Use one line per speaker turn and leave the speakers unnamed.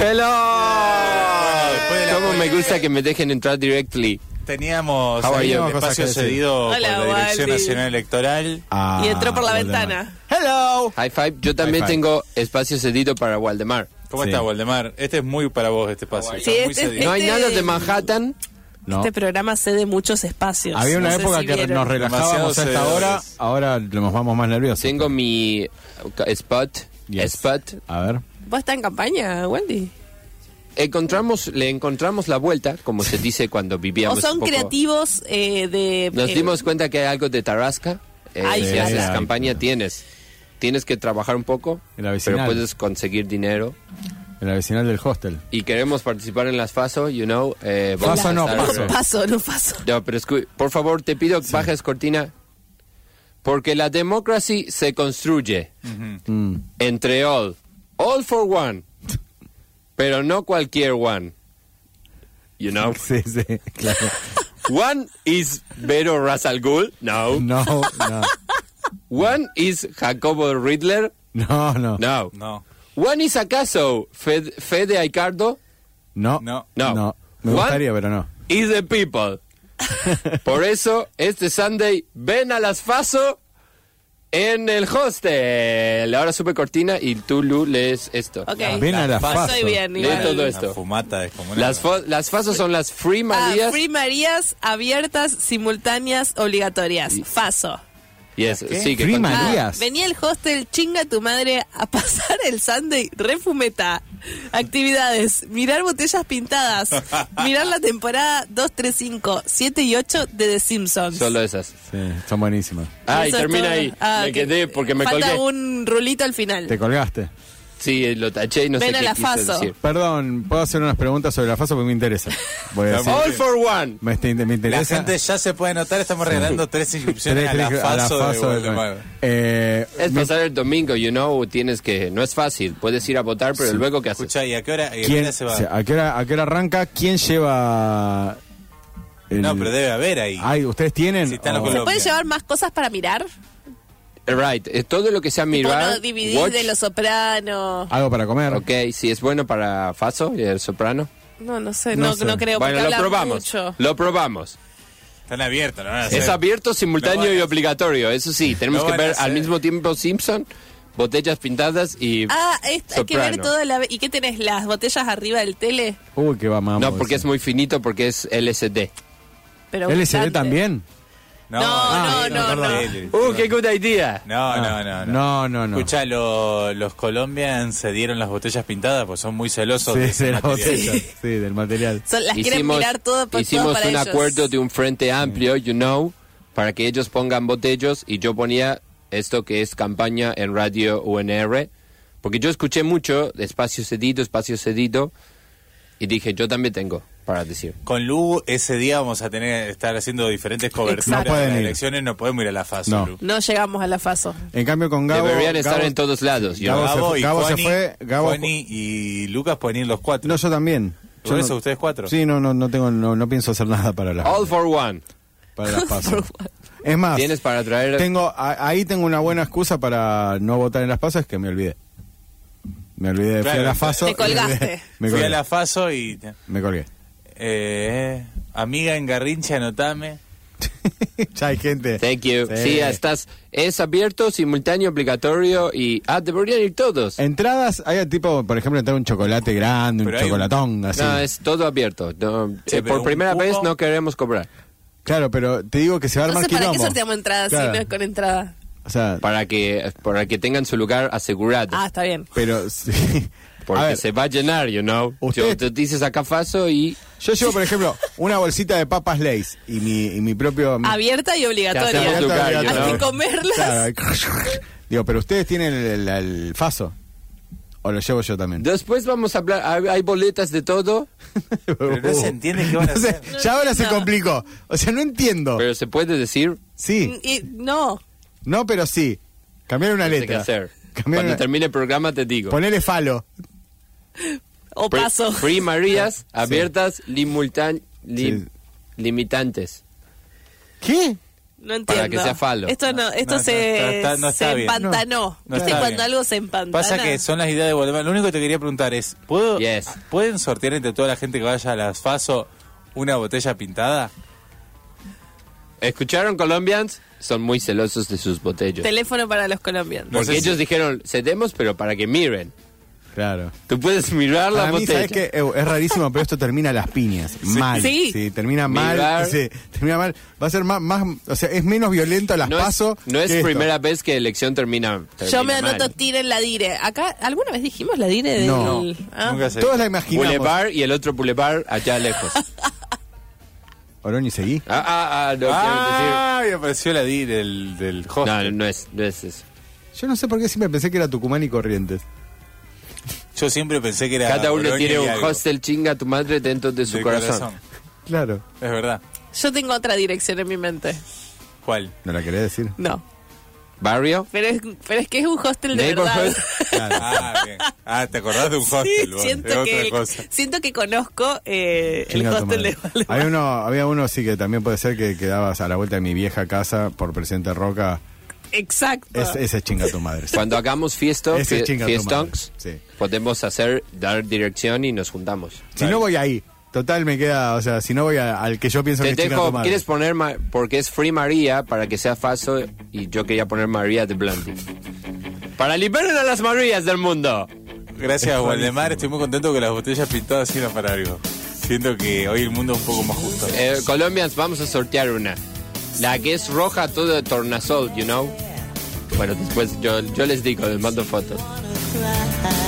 ¡Hello!
después de la
¿Cómo me
política.
gusta que me dejen entrar directly?
Teníamos
How are
ahí
you?
un
Cosas
espacio
que decir.
cedido
Hola,
por la Dirección
Waldi.
Nacional Electoral.
Ah,
Y entró por la
Waldemar.
ventana.
¡Hello!
High five. Yo también
five.
tengo espacio cedido para Waldemar.
¿Cómo
Sí.
está, Waldemar? Este es muy para vos, este espacio.
Sí,
Está muy
este-
cedido.
No hay
Este-
nada de Manhattan.
No.
Este programa cede muchos espacios.
Había una
No sé
época
si
que
vieron.
nos relajábamos
Demasiados
a esta
seguidores.
hora, ahora nos vamos más nerviosos.
Tengo mi uh, spot.
Yes.
Spot.
A ver.
¿Vos estás en campaña, Wendy?
Encontramos, le encontramos la vuelta, como se dice cuando
¿O
vivíamos.
son
un poco-
creativos eh, de...
Nos
eh,
dimos cuenta que hay algo de Tarasca. Eh,
Ay,
si
claro.
haces
Sí,
campaña
claro.
tienes. Tienes que trabajar un poco,
En la
pero
vecinal.
puedes conseguir dinero.
En la vecinal del hostel.
Y queremos participar en las FASO, you know. eh, vamos
Faso
a
no,
estar-
paso.
No paso, no paso.
No, pero escu- por favor, te pido que bajes cortina. Porque la democracia se construye
Mm.
entre all. All for one. Pero no cualquier one. You know?
Sí, sí, claro.
One is Vero Razalgul. No.
No, no,
One is Jacobo Riddler.
no, no, no,
No.
No,
One is acaso Fed- Fede Aicardo.
no,
No.
no. Me
One
gustaría, pero no.
Is the people. Por eso, este Sunday, ven a las FASO en el hostel. Ahora sube cortina y tú, Lu, lees esto.
Ok.
Ven a la
Paso
Faso.
y bien,
Lee
igual.
todo
la
esto.
fumata es como una-
Las, fo- las FASO son las Free
Ah,
Marías.
Free Marías abiertas, simultáneas, obligatorias. Faso.
Yes,
¿Qué?
sí, que
Free
continúa.
Ah,
Marías.
venía el hostel, chinga tu madre a pasar el Sunday, refumeta. Actividades, mirar botellas pintadas, mirar la temporada 2, 3, 5, 7 y 8 de The Simpsons.
Solo esas.
Sí, son buenísimas.
Ah, y
Eso es
termina
todo.
ahí.
Ah,
me
que-
quedé porque me
falta
colgué.
un rulito al final.
Te colgaste.
Sí, lo taché y no
Ven
sé
a
qué
la
quise
Faso.
decir.
Perdón, ¿puedo hacer unas preguntas sobre la FASO? Porque me interesa. Voy a decir.
All for one.
Me, este- me
La
interesa.
gente ya se puede anotar, estamos regalando tres inscripciones
Tres-
a la
tres- a la
FASO de
Faso de-
Waldemar.
Eh,
Es
mi-
pasar el domingo, you know, tienes que... No es fácil, puedes ir a votar, pero luego ¿qué haces?
Escuchá, ¿y a qué hora, y a qué hora
¿quién,
se va?
o sea, ¿a, qué hora, a qué hora arranca? ¿Quién lleva.? el-
no, pero debe haber ahí.
Ay, ¿ustedes tienen? Oh.
Si están los
O-
colombianos.
¿Puedes llevar más cosas para mirar?
Right, eh, todo lo que sea mirar,
Bueno, dividir
watch,
de los sopranos.
¿Algo para comer?
Ok, si es bueno para Faso y el soprano.
No, no sé,
No
no,
sé.
no creo. porque
bueno, lo
hablan
probamos.
mucho.
Lo probamos.
Están abiertos, lo van a hacer.
Es abierto,
Lo
simultáneo
van a
y
hacer.
obligatorio. Eso sí, tenemos
Lo
que
van a
ver al
hacer.
mismo tiempo Simpson, botellas pintadas y.
Ah, es- hay que ver
Soprano.
toda la... ¿Y qué tenés? ¿Las botellas arriba del tele?
Uy, que va mamá.
No, porque es muy finito, porque es LSD.
Pero
¿LCD
bastante.
también?
No,
No, no, no, no.
él.
¡Uh, qué good idea!
No, no, no.
Ah, No, no, no.
Escuchá, lo- los Colombians se dieron las botellas pintadas porque son muy celosos
Sí,
de
de
ese
la
material.
botella. Sí, del material.
Son- las quieren mirar todo, pa- todo
hicimos
para
un
ellos.
acuerdo de un frente amplio, you know, para que ellos pongan botellos y yo ponía esto que es campaña en radio UNR, porque yo escuché mucho de espacio cedido, espacio cedido, y dije, yo también tengo para decir.
Con Lu ese día vamos a tener estar haciendo diferentes coberturas
Exacto.
No
de
pueden
las
ir.
elecciones, no podemos ir a la fase.
No.
Lu.
No llegamos a la FASO.
En cambio, con Gabo.
Deberían estar
Gabo-
en todos lados. you
Gabo
know.
se fue-
y
Gabo se
Connie-
fue, Gabo-
Connie y Lucas pueden ir los cuatro.
No, yo también.
¿Por
Yo
eso
no-
ustedes cuatro?
Sí, no, no, no tengo, no, no pienso hacer nada para las,
All for one.
para las pasos. Es más,
Tienes para traer...
tengo, a- ahí tengo una buena excusa para no votar en las pasos, es que me olvidé. Me olvidé, fui
Claro,
a la
te-
FASO.
Te
y me olvidé.
colgaste.
Me
Fui
colgué.
a la FASO y...
Me colgué.
eh, amiga en Garrincha, anotame.
ya hay gente.
Thank you.
Sí.
Sí, estás... Es abierto, simultáneo, obligatorio y... Ah, deberían ir todos.
Eh, Entradas, hay tipo, por ejemplo, entrar un chocolate grande, un
Pero hay un-
chocolatón, así.
No, es todo abierto. No,
Sí,
eh,
pero
por
un
primera
cupo-
vez no queremos cobrar.
Claro, pero te digo que se va a armar
Entonces, ¿para qué
quilombo.
sorteamos entradas
Claro.
si no es con entrada?
O sea,
para que para que tengan su lugar asegurado
Ah, está bien.
pero sí.
porque
A ver,
se va a llenar you know
Usted-
yo te dices acá faso y
yo llevo, por ejemplo, una bolsita de papas Lays y mi, y mi propio... mi-
Abierta y
Mm. Que
obligatoria.
hacemos tu
Claro,
cambio,
Hay
¿no?
que comerlas.
Claro. Digo, pero ustedes tienen el, el- el faso. O lo llevo yo también.
después vamos a hablar hay, hay boletas de todo
Pero no se entiende qué van a
No sé,
hacer.
ya ahora se
No.
complicó. O sea, no entiendo.
pero se puede decir
sí,
Y- no.
no, pero sí. Cambiar una
no sé qué
letra.
hacer
Cambiar
cuando
una-
termine el programa te digo
Ponele falo.
O
Pre-
paso.
free marías abiertas limultan- lim-
Sí.
limitantes
¿Qué?
No entiendo.
Para que sea falo.
Esto no, esto
no, no,
se,
está- está- no
se
está bien.
empantanó.
No
¿Viste
está
cuando
bien.
algo se empantana?
Pasa que son las ideas de volver. Lo único que te quería preguntar es, ¿puedo,
Yes.
¿pueden sortear entre toda la gente que vaya a las FASO una botella pintada?
¿Escucharon Colombians? Son muy celosos de sus botellos.
Teléfono para los colombianos.
No
Porque
sé si-
ellos dijeron, cedemos, pero para que miren.
Claro.
Tú puedes mirar la
Para mí,
botella.
¿sabes qué? Eh, Es rarísimo, pero esto termina a las piñas. Mal.
Sí.
termina mal.
Mirar.
sí, termina mal. Va a ser más, más. O sea, es menos violento a las
No
paso.
es, no es
que esto.
primera vez que elección termina.
Yo
termina
me
mal.
anoto tiro en la dire. Acá, ¿alguna vez dijimos la dire del...?
No.
Ah.
Nunca se...
Todos la imaginamos.
eh. Boulevard y el otro Boulevard allá lejos.
Oroni, seguí.
Ah, ah, ah, no
Ah, y apareció la DIR del, del host.
quiero decir. No, no es, no es eso.
Yo no sé por qué siempre pensé que era Tucumán y Corrientes.
Yo siempre pensé que era.
Cada uno
Bolonia
tiene
y
un
algo.
hostel chinga a tu madre dentro de su
Del
corazón.
Claro.
Es verdad.
Yo tengo otra dirección en mi mente.
¿Cuál?
¿No la querés decir?
No.
Barrio.
Pero es, pero es que es un hostel de verdad.
Neighborhood.
Claro.
Ah, bien. Ah, te acordás de un hostel,
Sí,
vos, de
siento,
otra
que,
cosa.
siento que conozco eh, el
Chinga tu
hostel
madre.
de Valdemar.
Hay uno, había uno, sí, que también puede ser que quedabas a la vuelta de mi vieja casa por Presidente Roca.
Exacto.
Ah.
Es- ese es chinga tu madre.
Cuando hagamos fiesto,
Ese
fie-
chinga tu
fiestonks,
madre, sí.
podemos hacer, dar dirección y nos juntamos.
Si no voy ahí, total me queda, o sea, si no voy a- al que yo pienso que
Te
es chinga tu
dejo,
madre.
¿quieres poner ma- porque es Free María para que sea falso y yo quería poner María de Blondie? Para liberar a las Marías del mundo.
Gracias, Waldemar. Estoy muy contento que las botellas pintadas sirvan para algo. Siento que hoy el mundo es un poco más justo.
Eh, Colombians, vamos a sortear una. La que es roja, todo de tornasol, you know. Bueno, después yo, yo les digo, les mando fotos.
wanna cry.